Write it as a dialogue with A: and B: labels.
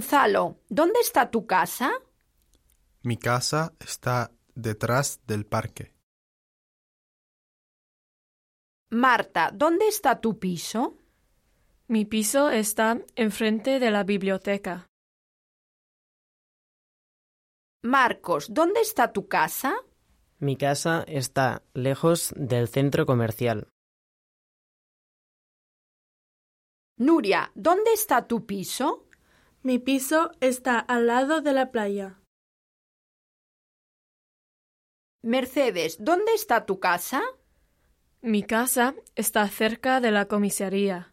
A: Gonzalo, ¿dónde está tu casa?
B: Mi casa está detrás del parque.
A: Marta, ¿dónde está tu piso?
C: Mi piso está enfrente de la biblioteca.
A: Marcos, ¿dónde está tu casa?
D: Mi casa está lejos del centro comercial.
A: Nuria, ¿dónde está tu piso?
E: Mi piso está al lado de la playa.
A: Mercedes, ¿dónde está tu casa?
C: Mi casa está cerca de la comisaría.